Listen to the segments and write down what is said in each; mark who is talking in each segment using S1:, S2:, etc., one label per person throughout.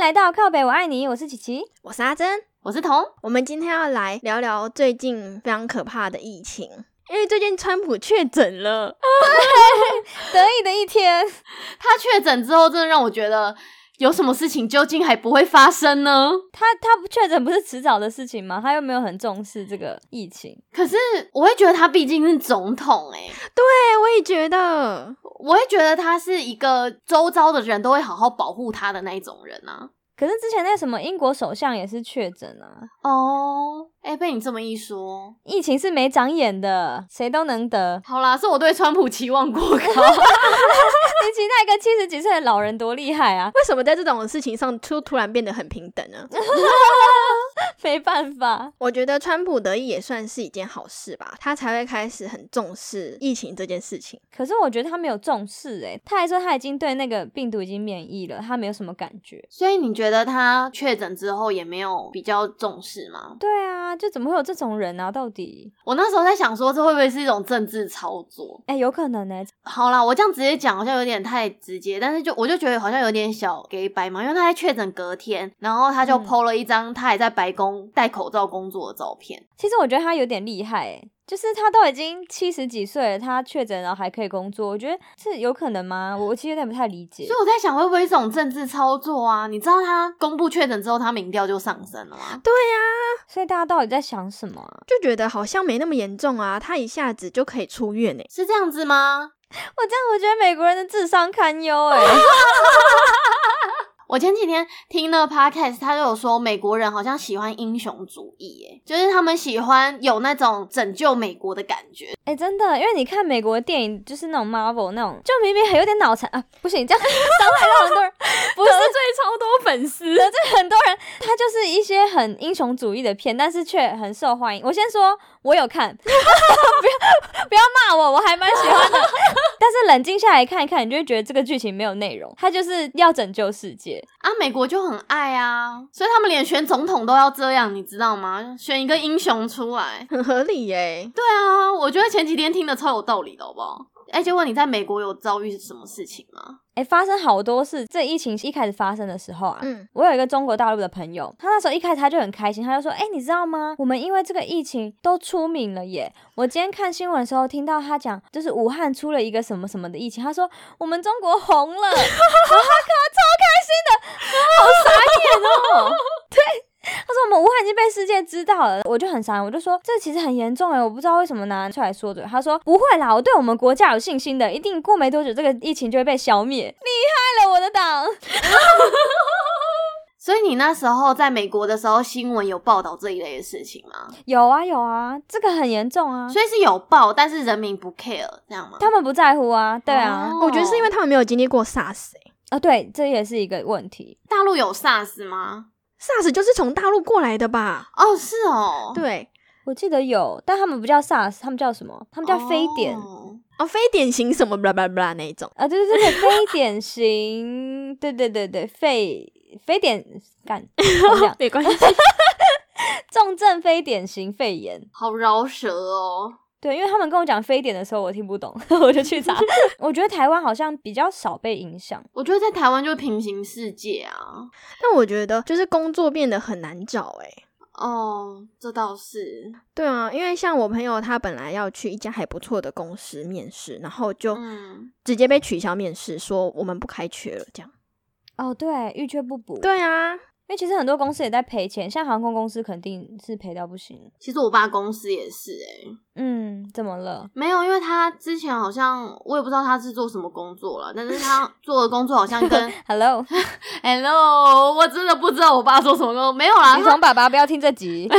S1: 来到靠北，我爱你，我是琪琪。
S2: 我是阿珍。
S3: 我是彤，
S2: 我们今天要来聊聊最近非常可怕的疫情，因为最近川普确诊了。
S1: 得意的一天，
S3: 他确诊之后，真的让我觉得有什么事情究竟还不会发生呢？
S1: 他他不确诊不是迟早的事情吗？他又没有很重视这个疫情，
S3: 可是我会觉得他毕竟是总统、欸，
S2: 对，哎我也觉得。
S3: 我会觉得他是一个周遭的人都会好好保护他的那一种人啊。
S1: 可是之前那个什么英国首相也是确诊啊，
S3: 哦，哎，被你这么一说，。
S1: 疫情是没长眼的，谁都能得
S3: 好啦，是我对川普期望过高。
S1: 你期待一个七十几岁的老人多厉害啊？
S2: 为什么在这种事情上突突然变得很平等呢？
S1: 没办法，
S2: 我觉得川普得意也算是一件好事吧，他才会开始很重视疫情这件事情。
S1: 可是我觉得他没有重视诶、他还说他已经对那个病毒已经免疫了，他没有什么感觉。
S3: 所以你觉得他确诊之后也没有比较重视吗？
S1: 对啊，就怎么会有这种人啊？到底
S3: 我那时候在想说，这会不会是一种政治操作？
S1: 哎、有可能呢、
S3: 好啦，我这样直接讲好像有点太直接，但是就我就觉得好像有点小给白嘛，因为他在确诊隔天，然后他就
S1: 嗯
S3: PO 了一张他还在白宫戴口罩工作的照片。
S1: 其实我觉得他有点厉害、欸，就是他都已经七十几岁了，他确诊然后还可以工作，我觉得是有可能吗？我我其实有点不太理解
S3: 所以。我在想，会不会是一种政治操作啊？你知道他公布确诊之后，他民调就上升了吗？
S2: 对呀、
S1: 所以大家到底在想什么啊？
S2: 就觉得好像没那么严重啊，他一下子就可以出院呢、
S3: 是这样子吗？
S1: 我这样我觉得美国人的智商堪忧哎、
S3: 我前几天听那个 podcast，他就有说美国人好像喜欢英雄主义，哎，就是他们喜欢有那种拯救美国的感觉。
S1: 哎、真的，因为你看美国的电影，就是那种 Marvel 那种，就明明很有点脑残啊，不行，这样 伤害到很多人，不是
S2: 超多 粉丝
S1: 得罪很多人，他就是一些很英雄主义的片，但是却很受欢迎。我先说，我有看， 不要不要骂我，我还蛮喜欢的。 但是冷静下来看一看，你就会觉得这个剧情没有内容，他就是要拯救世界。
S3: 啊，美国就很爱啊，所以他们连选总统都要这样，你知道吗？选一个英雄出来。
S2: 很合理耶、
S3: 对啊，我觉得前几天听的超有道理的，好不好？哎、结果你在美国有遭遇什么事情吗？
S1: 哎、发生好多事。这疫情一开始发生的时候啊，
S2: 嗯，
S1: 我有一个中国大陆的朋友，他那时候一开始他就很开心，他就说：“哎、你知道吗？我们因为这个疫情都出名了耶！我今天看新闻的时候听到他讲，就是武汉出了一个什么什么的疫情，他说我们中国红了，然后他看超开心的，然后好傻眼哦。”对，他说我们武汉已经被世界知道了，我就很傻眼，我就说这其实很严重哎，我不知道为什么拿出来说嘴。他说不会啦，我对我们国家有信心的，一定过没多久这个疫情就会被消灭。厉害了我的党！
S3: 所以你那时候在美国的时候，新闻有报道这一类的事情吗？
S1: 有啊有啊，这个很严重啊，
S3: 所以是有报，但是人民不 care，这样吗？
S1: 他们不在乎啊，对啊，
S3: 哦
S1: 啊、
S2: 我觉得是因为他们没有经历过 SARS、欸、
S1: 对，这也是一个问题。
S3: 大陆有 SARS 吗？
S2: SARS 就是从大陆过来的吧？
S3: 哦，是哦，，
S2: 对，我
S1: 记得有，但他们不叫 SARS，他们叫什么？他
S3: 我
S1: 们叫非典。
S2: 哦，非典型什么 blah blah blah 那一种，
S1: 啊，对对对，非典型， 对对对对，非非典干，我 想
S2: 哦没 关系。
S1: 重症非典型肺炎。
S3: 好饶舌哦。
S1: 对，因为他们跟我讲非典的时候，我听不懂， 我就去 查。我觉得台湾好像比较少被影响。
S3: 我觉得在台湾就是平行世界啊。
S2: 但我觉得就是工作变得很难找哎、
S3: 哦，这倒是，
S2: 对啊，因为像我朋友他本来要去一家还不错的公司面试，然后就
S3: 嗯，
S2: 直接被取消面试，说我们不开缺了这样。
S1: 哦，对，欲缺不补。，
S2: 对啊，
S1: 因为其实很多公司也在赔钱，像航空公司肯定是赔到不行。
S3: 其实我爸公司也是、欸，
S1: 嗯，怎么了？
S3: 没有，因为他之前好像我也不知道他是做什么工作了，但是 他做的工作好像跟
S1: Hello，
S3: Hello，我真的不知道我爸做什么工作，没有啦，
S1: 雨
S3: 他
S1: 桐爸爸不要听这集。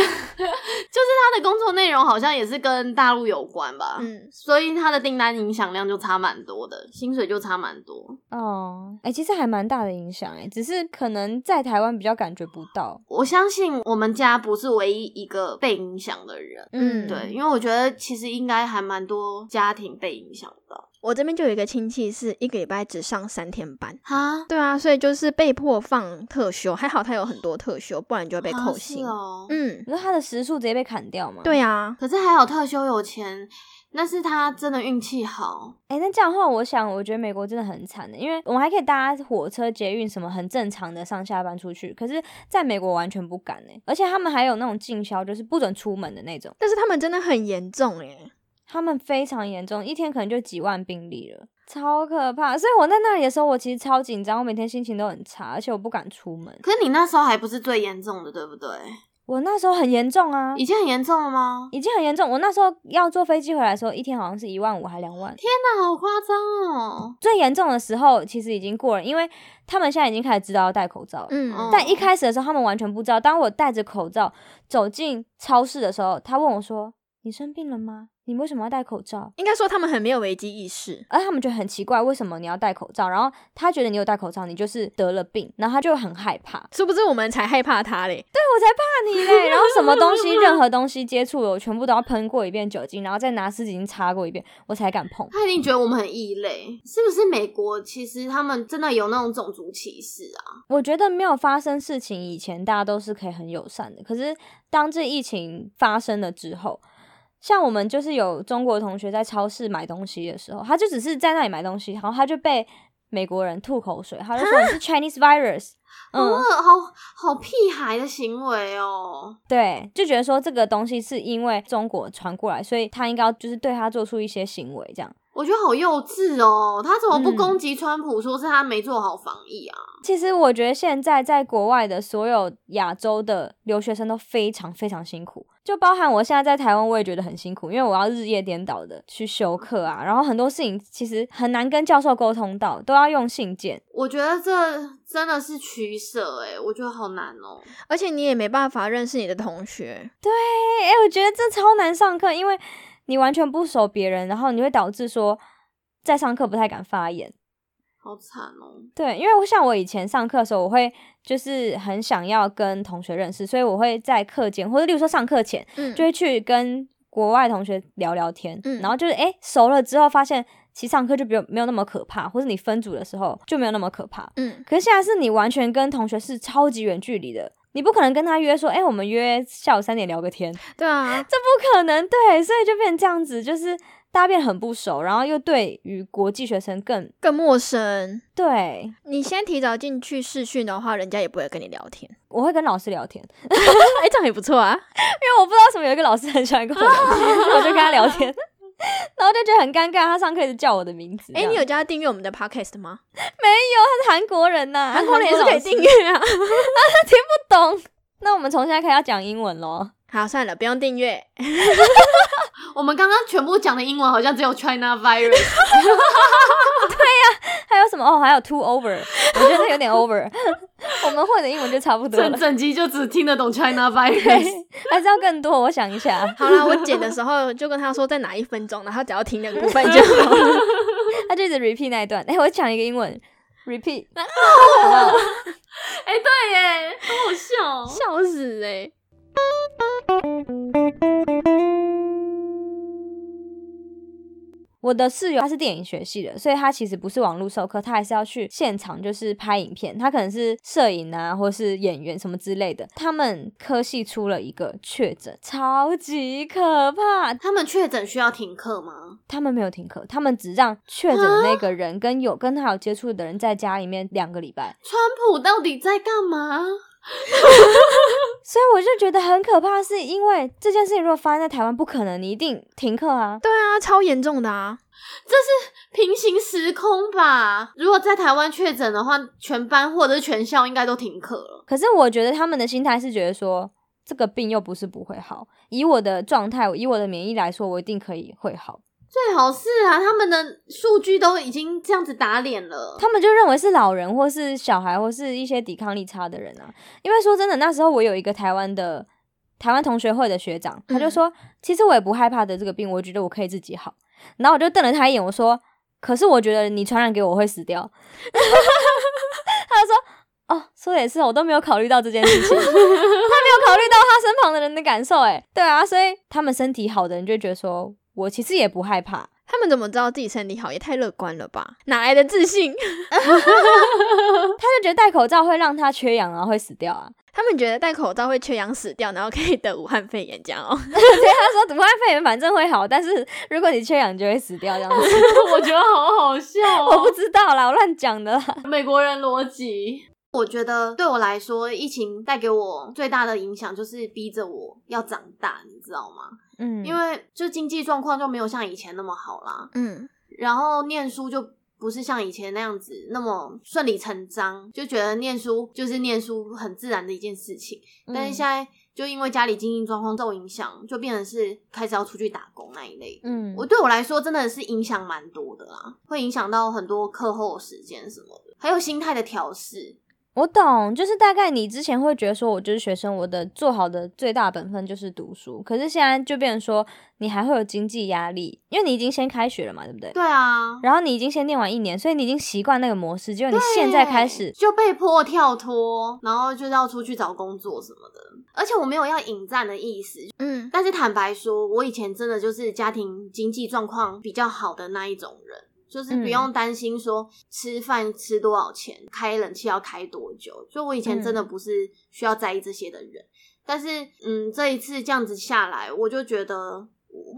S3: 他的工作内容好像也是跟大陆有关吧，
S2: 嗯，
S3: 所以他的订单影响量就差蛮多的，薪水就差蛮多。
S1: 哦，哎、其实还蛮大的影响哎、只是可能在台湾比较感觉不到。
S3: 我相信我们家不是唯一一个被影响的人，
S2: 嗯
S3: 对，因为我觉得其实应该还蛮多家庭被影响的
S2: 我这边就有一个亲戚是一个礼拜只上三天班。
S3: 哈，
S2: 对啊，所以就是被迫放特休，还好他有很多特休，不然就会被
S3: 啊
S2: 扣
S3: 是
S2: 薪。
S3: 哦。
S2: 嗯，
S1: 你说他的时速直接被砍掉吗？
S2: 对啊，
S3: 可是还有特休有钱，但是他真的运气好，
S1: 哎、那这样的话，我想，我觉得美国真的很惨的，因为我们还可以搭火车、捷运什么很正常的上下班出去，可是在美国完全不敢哎，而且他们还有那种禁销，就是不准出门的那种，
S2: 但是他们真的很严重哎、
S1: 他们非常严重，一天可能就几万病例了，超可怕。所以我在那里的时候，我其实超紧张，我每天心情都很差，而且我不敢出门。
S3: 可是你那时候还不是最严重的，对不对？
S1: 我那时候很严重啊，
S3: 已经很严重了吗？
S1: 已经很严重。我那时候要坐飞机回来的时候，一天好像是一万五还两万。
S3: 天哪，好夸张哦！
S1: 最严重的时候其实已经过了，因为他们现在已经开始知道要戴口罩了。
S2: 嗯，
S3: 嗯
S1: 但一开始的时候，他们完全不知道。当我戴着口罩走进超市的时候，他问我说：“你生病了吗？你为什么要戴口罩
S2: 应该说他们很没有危机意识？”。
S1: 而他们觉得很奇怪，为什么你要戴口罩？然后他觉得你有戴口罩，你就是得了病，然后他就很害怕。
S2: 殊不知我们才害怕他嘞，
S1: 我才怕你嘞！然后什么东西，任何东西接触了，我全部都要喷过一遍酒精，然后再拿湿纸巾擦过一遍，我才敢碰。
S3: 他一定觉得我们很异类，是不是？美国其实他们真的有那种种族歧视啊，
S1: 我觉得没有发生事情以前，大家都是可以很友善的。可是当这疫情发生了之后，像我们就是有中国同学在超市买东西的时候，他就只是在那里买东西，然后他就被美国人吐口水，他就说你是 Chinese virus，嗯，
S3: 好恶哦好好屁孩的行为哦。
S1: 对，就觉得说这个东西是因为中国传过来，所以他应该要就是对他做出一些行为这样。
S3: 我觉得好幼稚哦，他怎么不
S1: 嗯
S3: 攻击川普，说是他没做好防疫啊？
S1: 其实我觉得现在在国外的所有亚洲的留学生都非常非常辛苦，就包含我现在在台湾，我也觉得很辛苦，因为我要日夜颠倒的去修课啊，然后很多事情其实很难跟教授沟通到，都要用信件。
S3: 我觉得这真的是取舍哎、我觉得好难哦。
S2: 而且你也没办法认识你的同学，
S1: 哎、哎、我觉得这超难上课，因为你完全不熟别人，然后你会导致说在上课不太敢发言。
S3: 好惨哦！
S1: 对，因为我像我以前上课的时候，我会就是很想要跟同学认识，所以我会在课间或者例如说上课前。
S2: 嗯，
S1: 就会去跟国外同学聊聊天，
S2: 嗯
S1: 然后就是诶熟了之后，发现其实上课就没有没有那么可怕，或是你分组的时候就没有那么可怕。
S2: 嗯，
S1: 可是现在是你完全跟同学是超级远距离的，你不可能跟他约说，诶，我们约下午三点聊个 天，这
S2: 对啊，
S1: 不可能，对，所以就变成这样子，就是大家变得很不熟，然后又对于国际学生更
S2: 更陌生。
S1: 对。
S2: 你先提早进去试训的话，人家也不会跟你聊天。
S1: 我会跟老师聊天，因
S2: 哎、这样也不错啊。
S1: 为我不知道为什么有一个老师很喜欢跟我聊天， 所以我就跟他聊天，然后就觉得很尴尬，他上课一直叫我的名字。
S2: 哎、
S1: 这样
S2: 你有叫他订阅我们的 podcast 吗？
S1: 是韩国人呐、
S2: 韩国人也是可以订
S1: 不
S2: 阅 啊。
S1: 懂。那我们从现在开始要讲英文喽。
S2: 好，算了，不用订阅。
S3: 我们刚刚全部讲的英文好像只有 China virus，
S1: 还有什么？哦，还有 two over，我觉得有点 over。我们会的英文就差不多
S3: 整
S1: 了，
S3: 整集就只听得懂 China
S1: 对
S3: virus。，
S1: 还是要更多。我想一下，
S2: 好啦，我剪的时 候就跟他说在哪一分钟，然后只要听那个部分就好了。
S1: 他就一直 repeat 那一段。哎、我讲一个英文，repeat，
S3: 哎、对耶，好好笑、哦。
S2: 笑死哎、
S1: 我的室友他是电影学系的，所以他其实不是网络授课，他还是要去现场，就是拍影片。他可能是摄影啊，或是演员什么之类的。他们科系出了一个确诊，超级可怕。
S3: 他们确诊需要停课吗？
S1: 他们没有停课，他们只让确诊的那个人跟有跟他有接触的人在家里面两个礼拜，
S3: 川普到底在干嘛？
S1: 所以我就觉得很可怕，是因为这件事情如果发生在台湾，不可能，你一定停课啊。
S2: 对啊，超严重的啊。
S3: 平行时空吧。如果在台湾确诊的话，全班或者是全校应该都停课了。
S1: 可是我觉得他们的心态是觉得说，这个病又不是不会好，以我的状态，以我的免疫来说，我一定可以会好。
S3: 最好是啊，他们的数据都已经这样子打脸了。
S1: 他们就认为是老人或是小孩或是一些抵抗力差的人啊。因为说真的，那时候我有一个台湾的台湾同学会的学长，他就说，其实我也不害怕得这个病，我觉得我可以自己好。然后我就瞪了他一眼，我说，可是我觉得你传染给我我会死掉。 他就说，哦，说的也是，我都没有考虑到这件事情，他没有考虑到他身旁的人的感受。哎，对啊，所以他们身体好的人就会觉得说。我其实也不害怕，
S2: 他们怎么知道自己身体好？也太乐观了吧！哪来的自信？
S1: 他就觉得戴口罩会让他缺氧啊，会死掉啊。
S2: 他们觉得戴口罩会缺氧死掉，然后可以得武汉肺炎这样哦。
S1: 对，他说武汉肺炎反正会好，但是如果你缺氧就会死掉这样子。
S3: 我觉得好好笑
S1: 我不
S3: 哦，
S1: 知道啦，我乱讲的啦。
S3: 美国人逻辑。我觉得对我来说，疫情带给我最大的影响就是逼着我要长大，你知道吗？
S1: 嗯，
S3: 因为就经济状况就没有像以前那么好啦，
S2: 嗯，
S3: 然后念书就不是像以前那样子那么顺理成章，就觉得念书就是念书很自然的一件事情。
S1: 嗯
S3: 但是现在就因为家里经济状况受影响，就变成是开始要出去打工那一类。
S1: 嗯，
S3: 我对我来说真的是影响蛮多的啦，会影响到很多课后时间什么的，还有心态的调试。
S1: 我懂，就是大概你之前会觉得说，我就是学生，我的做好的最大本分就是读书。可是现在就变成说，你还会有经济压力，因为你已经先开学了嘛，对不对？
S3: 对啊，
S1: 然后你已经先念完一年，所以你已经习惯那个模式，结果你现在开始
S3: 对，就被迫跳脱，然后就是要出去找工作什么的。而且我没有要引战的意思，
S2: 嗯，
S3: 但是坦白说，我以前真的就是家庭经济状况比较好的那一种人，就是
S1: 嗯
S3: 不用担心说吃饭吃多少钱，开冷气要开多久。所以我以前
S1: 嗯
S3: 真的不是需要在意这些的人。但是，嗯，这一次这样子下来，我就觉得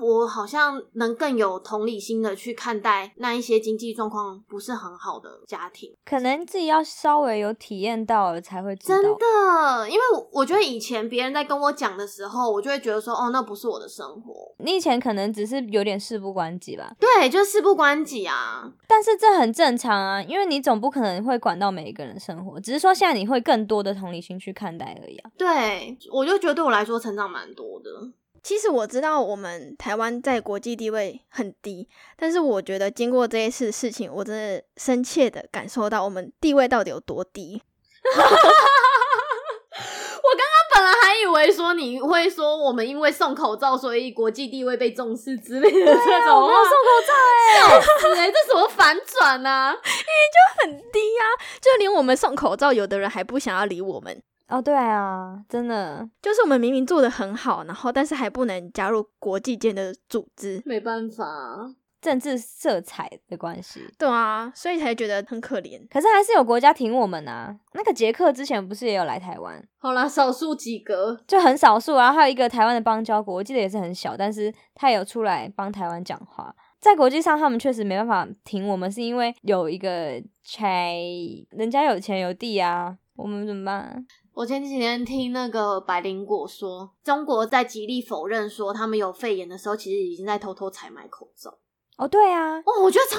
S3: 我好像能更有同理心的去看待那一些经济状况不是很好的家庭。
S1: 可能自己要稍微有体验到了才会知道。
S3: 真的，因为我我觉得以前别人在跟我讲的时候，我就会觉得说，哦，那不是我的生活，
S1: 你以前可能只是有点事不关己吧，
S3: 对，就事不关己啊。
S1: 但是这很正常啊，因为你总不可能会管到每一个人的生活，只是说现在你会更多的同理心去看待而已啊。
S3: 对，我就觉得对我来说成长蛮多的。
S2: 其实我知道我们台湾在国际地位很低，但是我觉得经过这一次事情，我真的深切的感受到我们地位到底有多低。
S3: 他本来还以为说你会说我们因为送口罩，所以国际地位被重视之类的这种话，笑死哎、欸，这什么反转啊？
S2: 很低呀、就连我们送口罩，有的人还不想要理我们。
S1: 哦，对啊，真的，
S2: 就是我们明明做的很好，然后但是还不能加入国际间的组织，
S3: 没办法，
S1: 政治色彩的关系。
S2: 对啊，所以才觉得很可怜。
S1: 可是还是有国家挺我们啊，那个捷克之前不是也有来台湾，
S3: 好啦，少数几个，
S1: 就很少数啊，然后还有一个台湾的邦交国，我记得也是很小，但是他也有出来帮台湾讲话。在国际上，他们确实没办法挺我们，是因为有一个拆，人家有钱有地啊，我们怎么办？
S3: 我前几天听那个百灵果说，中国在极力否认说他们有肺炎的时候，其实已经在偷偷采买口罩。
S1: 哦，对啊，
S3: 哇，我觉得超机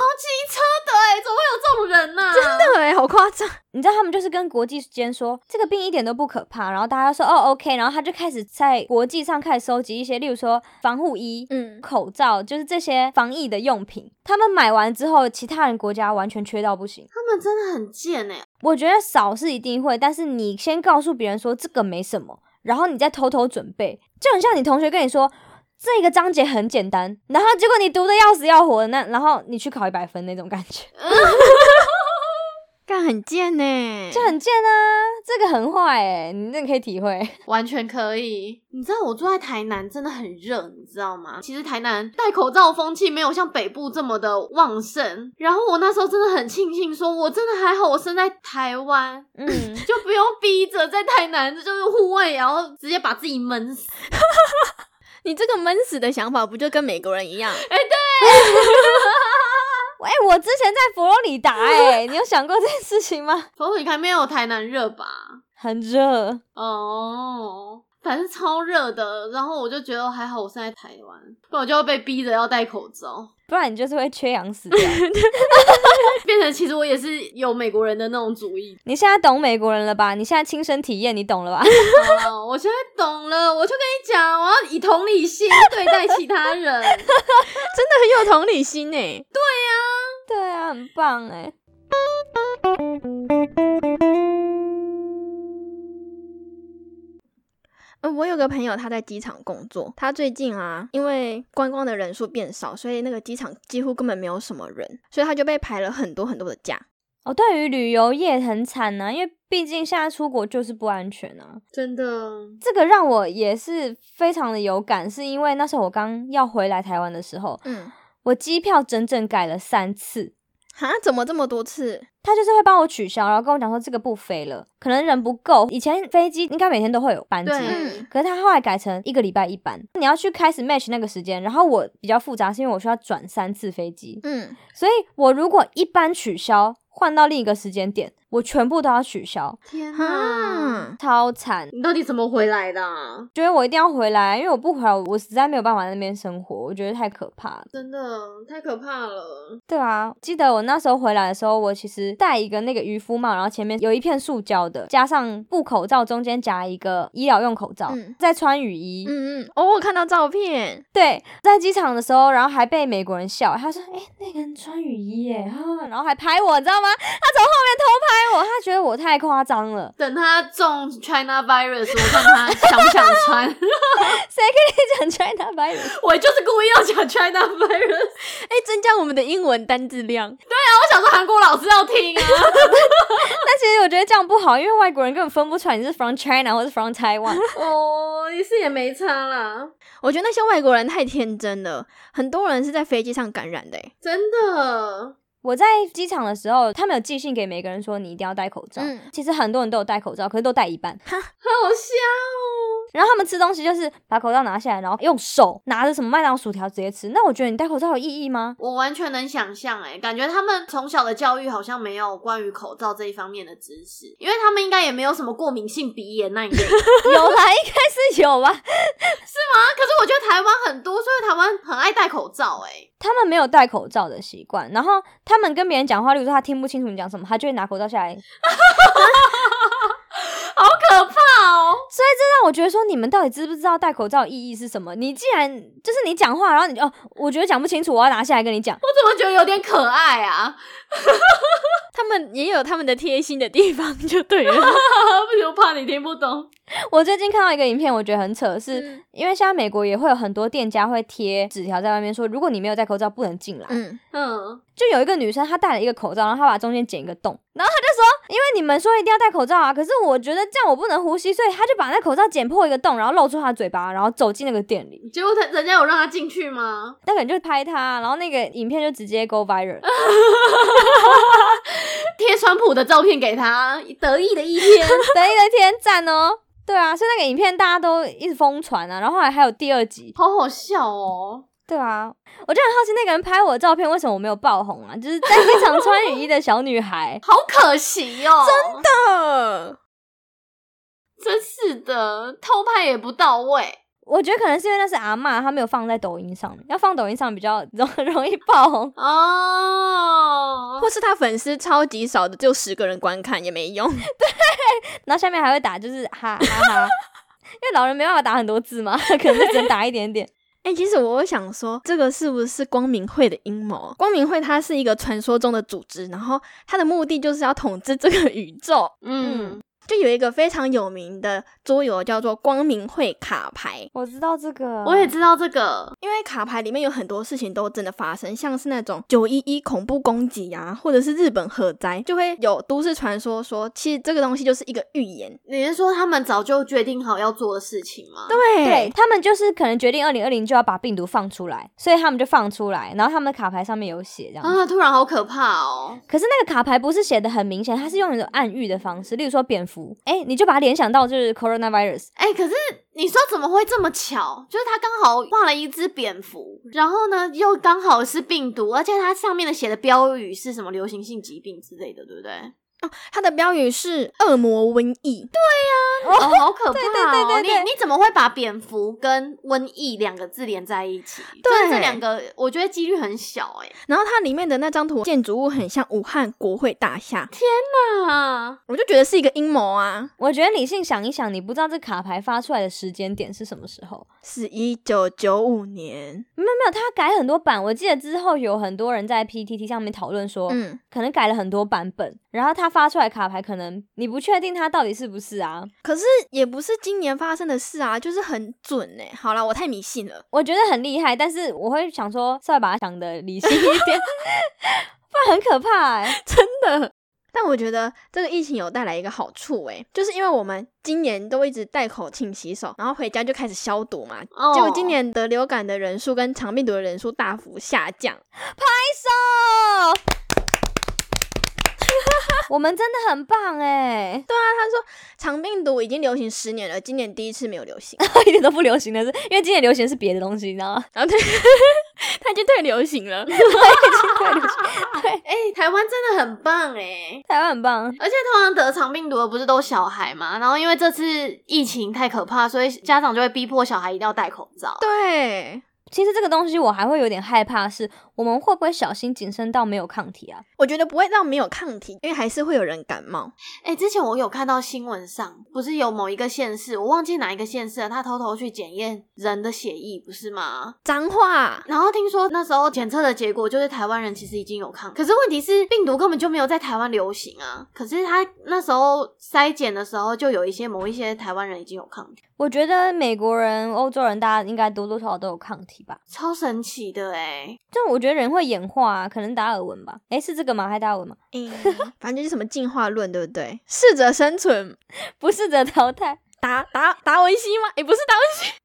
S3: 车的哎、怎么会有这种人呐、真的
S2: 对，欸好夸张。
S1: 你知道他们就是跟国际间说这个病一点都不可怕，然后大家说哦 OK，然后他就开始在国际上开始收集一些，例如说防护衣、
S2: 嗯，
S1: 口罩，就是这些防疫的用品。他们买完之后，其他人国家完全缺到不行。
S3: 他们真的很贱哎、
S1: 我觉得少是一定会，但是你先告诉别人说这个没什么，然后你再偷偷准备，就很像你同学跟你说。这个章节很简单，然后结果你读的要死要活的，那然后你去考一百分那种感觉，
S2: 干很贱欸呢，
S1: 就很贱啊！这个很坏哎、你真的可以体会。
S3: 完全可以。你知道我住在台南真的很热，你知道吗？其实台南戴口罩的风气没有像北部这么的旺盛。然后我那时候真的很庆幸说，我真的还好，我生在台湾，
S1: 嗯，
S3: 就不用逼着在台南就是户外，然后直接把自己闷死。
S2: 你这个闷死的想法不就跟美国人 一样？
S1: 哎、我之前在佛罗里达、欸，哎，你有想过这件事情吗？
S3: 佛罗里达没有台南热吧？
S1: 很热，
S3: 哦。反正超热的，然后我就觉得还好我生在台湾，不然我就会被逼着要戴口罩，
S1: 不然你就是会缺氧死掉。
S3: 变成其实我也是有美国人的那种主义
S1: 你现在懂美国人了吧？你现在亲身体验，你懂了吧？
S3: 哦，我现在懂了，我就跟你讲，我要以同理心对待其他人。
S2: 真的很有同理心欸呢。
S1: 对啊，很棒哎、
S2: 呃，我有个朋友，他在机场工作，他最近啊，因为观光的人数变少，所以那个机场几乎根本没有什么人，所以他就被排了很多很多的假。
S1: 哦，对于旅游业很惨啊呐、因为毕竟现在出国就是不安全啊。
S3: 真的，
S1: 这个让我也是非常的有感，是因为那时候我刚要回来台湾的时候，
S2: 嗯，
S1: 我机票整整改了三次。
S2: 哈，怎么这么多次？
S1: 他就是会帮我取消，然后跟我讲说这个不飞了，可能人不够。以前飞机应该每天都会有班机，
S2: 嗯
S3: 对，
S1: 可是他后来改成一个礼拜一班。你要去开始 match 那个时间，然后我比较复杂，是因为我需要转三次飞机，
S2: 嗯，
S1: 所以我如果一班取消，换到另一个时间点，我全部都要取消，
S3: 天哪！
S2: 哈，
S1: 超惨。
S3: 你到底怎么回来的啊？
S1: 觉得我一定要回来，因为我不回来，我实在没有办法在那边生活，我觉得太可怕了。
S3: 真的太可怕了！
S1: 对啊，记得我那时候回来的时候，我其实戴一个那个渔夫帽，然后前面有一片塑胶的，加上布口罩，中间夹一个医疗用口罩，
S2: 嗯
S1: 再穿雨衣。
S2: 嗯嗯，哦，我有看到照片，
S1: 对，在机场的时候，然后还被美国人笑，他说：“哎、那个人穿雨衣耶！”啊，然后还拍我，你知道吗？他从后面偷拍我，他觉得我太夸张了。
S3: 等他中 China virus，我看他想不想穿。
S1: 谁跟你讲 China virus？
S3: 我就是故意要讲 China virus，
S2: 哎，增加我们的英文单字量。
S3: 我想说韩国老师要听啊。
S1: 但其实我觉得这样不好，因为外国人根本分不出来你是 from China 或是 from Taiwan。
S3: 哦，也是也没差啦，
S2: 我觉得那些外国人太天真了，很多人是在飞机上感染的。哎
S3: 真的。
S1: 我在机场的时候，他们有寄信给每个人说你一定要戴口罩。
S2: 嗯
S1: 其实很多人都有戴口罩，可是都戴一半。
S3: 好笑
S1: 然后他们吃东西就是把口罩拿下来，然后用手拿着什么麦当劳薯条直接吃。那我觉得你戴口罩有意义 吗？
S3: 哦！我完全能想象，哎，感觉他们从小的教育好像没有关于口罩这一方面的知识，因为他们应该也没有什么过敏性鼻炎那一类的。
S1: 有啦，应该是有吧。
S3: 啊，可是我觉得台湾很多，所以台湾很爱戴口罩、哎，
S1: 他们没有戴口罩的习惯，然后他们跟别人讲话，例如说他听不清楚你讲什么，他就会拿口罩下来。这
S3: 好可怕哦！
S1: 让我觉得说，你们到底知不知道戴口罩的意义是什么？你既然就是你讲话，然后你就哦，我觉得讲不清楚，我要拿下来跟你讲。
S3: 我怎么觉得有点可爱啊？
S2: 他们也有他们的贴心的地方，就对了。
S3: 不行，我怕你听不懂。
S1: 我最近看到一个影片，我觉得很扯，是、因为现在美国也会有很多店家会贴纸条在外面说，如果你没有戴口罩不能进来。
S2: 嗯，
S3: 嗯，
S1: 就有一个女生她戴了一个口罩，然后她把中间剪一个洞，然后她就说，因为你们说一定要戴口罩啊，可是我觉得这样我不能呼吸，所以她就把那口罩剪破一个洞，然后露出她的嘴巴，然后走进那个店里。
S3: 结果他人家有让他进去吗？
S1: 那个人就拍她，然后那个影片就直接 go viral。
S3: 贴川普的照片给他，得意的一天。
S1: 得意的天赞哦！对啊，所以那个影片大家都一直疯传啊，然后后来还有第二集，
S3: 好好笑哦！，
S1: 对啊，我就很好奇那个人拍我的照片为什么我没有爆红啊？就是在机场穿雨衣的小女孩
S3: 好可惜哦，真的，
S2: 呃，
S3: 真是的，偷拍也不到位。
S1: 我觉得可能是因为那是阿嬷，她没有放在抖音上面，要放抖音上比较 容容易爆红。啊
S3: 哦，
S2: 或是他粉丝超级少的，就十个人观看也没用。
S1: 然后下面还会打就是哈哈哈， 因为老人没办法打很多字嘛，可能就只能打一点点。
S2: 哎、其实我想说，这个是不是光明会的阴谋？啊光明会它是一个传说中的组织，然后它的目的就是要统治这个宇宙。
S3: 嗯，
S2: 就有一个非常有名的桌游叫做光明会卡牌，
S1: 我知道这个，
S3: 我也知道这个，
S2: 因为卡牌里面有很多事情都真的发生，像是那种九一一恐怖攻击啊，或者是日本核灾，就会有都市传说说，其实这个东西就是一个预言。
S3: 你是说他们早就决定好要做的事情吗？
S2: 对
S1: 对他们就是可能决定二零二零就要把病毒放出来，所以他们就放出来，然后他们的卡牌上面有写这样子。
S3: 啊，突然好可怕哦！
S1: 可是那个卡牌不是写的很明显，它是用一种暗喻的方式，例如说蝙蝠，哎、你就把它联想到就是 coronavirus，
S3: 哎、可是你说怎么会这么巧？就是他刚好画了一只蝙蝠，然后呢又刚好是病毒，而且它上面的写的标语是什么流行性疾病之类的，对不对？
S2: 它的标语是“恶魔瘟疫
S3: 哦，好可怕、哦！
S1: 对对对对对
S3: 你你怎么会把蝙蝠跟瘟疫两个字连在一起？就是这两个我觉得几率很小哎、”，
S2: 然后它里面的那张图建筑物很像武汉国会大厦，
S3: 啊，
S2: 我就觉得是一个阴谋啊。
S1: 我觉得理性想一想，你不知道这卡牌发出来的时间点是什么时候。
S2: 是一九九五年，
S1: 没有没有，它改很多版，我记得之后有很多人在 PTT 上面讨论说，
S2: 嗯，
S1: 可能改了很多版本，然后它发出来卡牌，可能你不确定它到底是不是啊。
S2: 可是也不是今年发生的事啊，就是很准呢、欸好啦，我太迷信了。
S1: 我觉得很厉害，但是我会想 说，稍微把它想的理性一点，不然很可怕哎、
S2: 真的。但我觉得这个疫情有带来一个好处、欸，诶，就是因为我们今年都一直戴口庆洗手，然后回家就开始消毒嘛。
S3: 哦
S2: 结果今年得流感的人数跟肠病毒的人数大幅下降，
S1: 手。 我们真的很棒哎、
S2: 肠病毒已经流行十年了，今年第一次没有流 行，
S1: 一点都不流行的是，因为今年流行的是别的东西，你知道吗？
S2: 然后对，它已经退流行了。
S1: 啊
S3: 哎、台湾真的很棒哎、
S1: 台湾很棒，
S3: 而且通常得肠病毒的不是都小孩嘛，然后因为这次疫情太可怕，所以家长就会逼迫小孩一定要戴口罩。
S2: 对，
S1: 其实这个东西我还会有点害怕是，我们会不会小心谨慎到没有抗体啊？
S2: 我觉得不会让没有抗体，因为还是会有人感冒。
S3: 哎、之前我有看到新闻上，不是有某一个县市，我忘记哪一个县市了，他偷偷去检验人的血液，不是吗？
S2: 脏话，
S3: 然后听说那时候检测的结果就是台湾人其实已经有抗，可是问题是病毒根本就没有在台湾流行啊。可是他那时候筛检的时候，就有一些某一些台湾人已经有抗体，
S1: 我觉得美国人、欧洲人，大家应该多多少少都有抗体吧。
S3: 超神奇的哎、
S1: 就我觉得人会演化、啊，可能打耳闻吧。诶，是这个吗？还打耳闻吗？
S2: 嗯，反正就是什么进化论，对不对？适者生存，
S1: 不适者淘汰，
S2: 达达达文西吗？也不是达文西，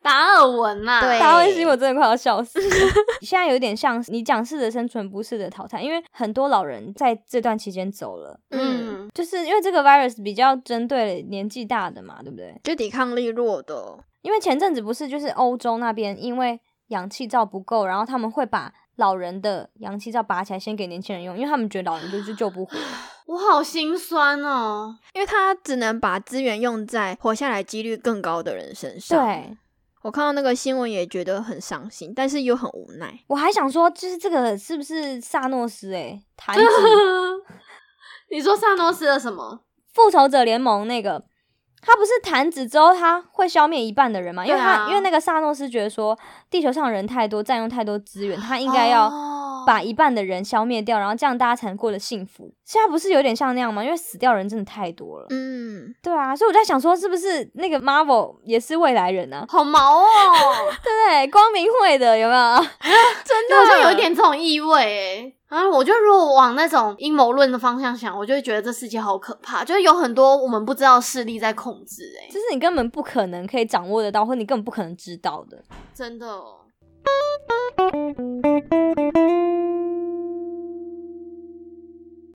S3: 达尔文呐、
S2: 对
S1: 达文西我真的快要笑死 了。现在有点像是你讲适者生存，不适者淘汰，因为很多老人在这段期间走了，
S2: 嗯，
S3: 嗯，
S1: 就是因为这个 virus 比较针对年纪大的嘛，对不对？
S2: 就抵抗力弱的，哦
S1: 因为前阵子不是就是欧洲那边因为氧气罩不够，然后他们会把老人的氧气罩拔起来先给年轻人用，因为他们觉得老人就是救不活。
S3: 我好心酸哦。
S2: 因为它只能把资源用在活下来几率更高的人身上。，
S1: 对，
S2: 我看到那个新闻也觉得很伤心，但是又很无奈。
S1: 我还想说，就是这个是不是萨诺斯、欸？诶，弹指
S3: 你说萨诺斯的什么？
S1: 复仇者联盟那个，他不是弹指之后他会消灭一半的人嘛？因为
S3: 对
S1: 他、
S3: 啊
S1: 因为那个萨诺斯觉得说地球上人太多，占用太多资源，他应该要
S3: 哦
S1: 把一半的人消灭掉，然后这样大家才能过得幸福。现在不是有点像那样吗？因为死掉人真的太多了。
S2: 嗯，
S1: 对啊，所以我在想说，是不是那个 Marvel 也是未来人呢、啊？
S3: 好毛哦，
S1: 对不对？光明会的有没有？
S2: 真
S3: 好像有一点这种意味诶。啊，我觉得如果往那种阴谋论的方向想，我就会觉得这世界好可怕，就是有很多我们不知道势力在控制欸诶，
S1: 就是你根本不可能可以掌握得到，或你根本不可能知道的。
S3: 真的哦。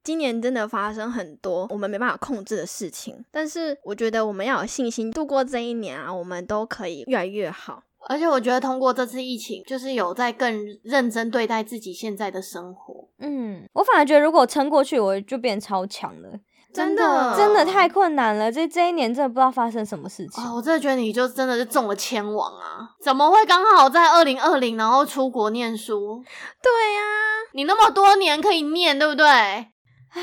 S2: 今年真的发生很多我们没办法控制的事情，但是我觉得我们要有信心度过这一年啊，我们都可以越来越好。
S3: 而且我觉得通过这次疫情，就是有在更认真对待自己现在的生活，
S1: 嗯，我反而觉得如果我撑过去，我就变超强了。
S2: 真的
S1: 真的太困难了，这这一年真的不知道发生什么事情。
S3: 哦，我真的觉得你就真的是中了千王啊！怎么会刚好在二零二零然后出国念书？
S2: 对呀、
S3: 你那么多年可以念，对不对？
S1: 唉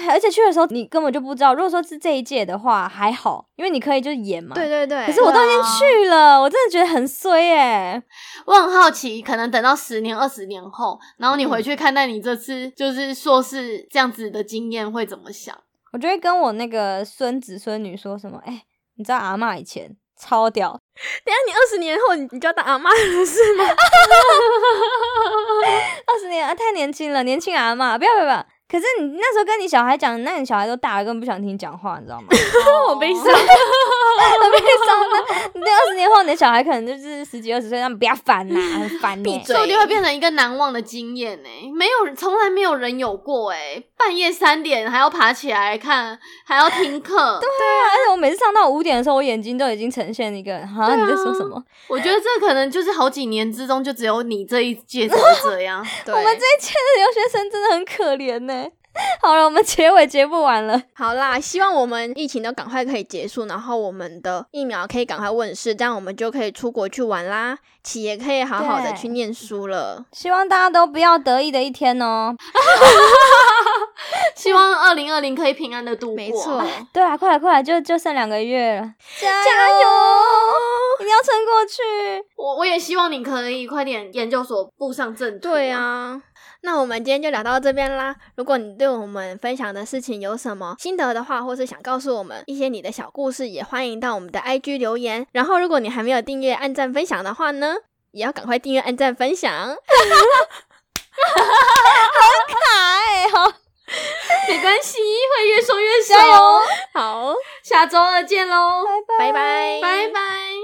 S1: 而且去的时候你根本就不知道。如果说是这一届的话还好，因为你可以就是演嘛。
S2: 对。对对。
S1: 可是我都已经
S3: 对啊
S1: 去了，我真的觉得很衰哎、
S3: 我很好奇，可能等到十年、二十年后，然后你回去看待你这次就是硕士这样子的经验会怎么想？
S1: 我就会跟我那个孙子孙女说什么，哎、你知道阿嬷以前超屌，
S2: 等一下你二十年后你你就要当阿妈了是吗？
S1: 二十年啊太年轻了，年轻阿嬷，不要不要不要。可是你那时候跟你小孩讲，那你小孩都大了，根本不想听你讲话，你知 道吗？
S3: 我
S2: 悲伤。
S1: 很悲伤的。你二十年后，你的小孩可能就是十几二十岁，他们不要烦呐、很烦你、
S3: 说不定会变成一个难忘的经验呢、欸没有，从来没有人有过哎、半夜三点还要爬起来看，还要听课。
S1: 对啊，而且我每次上到五点的时候，我眼睛都已经呈现一个，好、
S3: 对啊
S1: 你在说什么？
S3: 我觉得这可能就是好几年之中，就只有你这一届才会这样。
S2: 对，
S1: 我们这一届的留学生真的很可怜呢、好了，我们结尾结不完了。
S2: 好啦，希望我们疫情都赶快可以结束，然后我们的疫苗可以赶快问世，这样我们就可以出国去玩啦，企业可以好好的
S1: 对
S2: 去念书了。
S1: 希望大家都不要得意的一天哦。
S3: 希望二零二零可以平安的度过。
S2: 没错，
S1: 对啊，快来快来，就就剩两个月了，加油！哦一定要撑过 去。
S3: 我我也希望你可以快点研究所步上正途。
S2: 对，啊。那我们今天就聊到这边啦。如果你对我们分享的事情有什么心得的话，或是想告诉我们一些你的小故事，也欢迎到我们的 IG 留言。然后，如果你还没有订阅、按赞、分享的话呢，也要赶快订阅、按赞、分享。
S1: 哎，好，
S3: 没关系，会越说越熟。
S2: 加油，
S3: 好，
S1: 下周二见喽，
S3: 拜拜，
S1: 拜拜。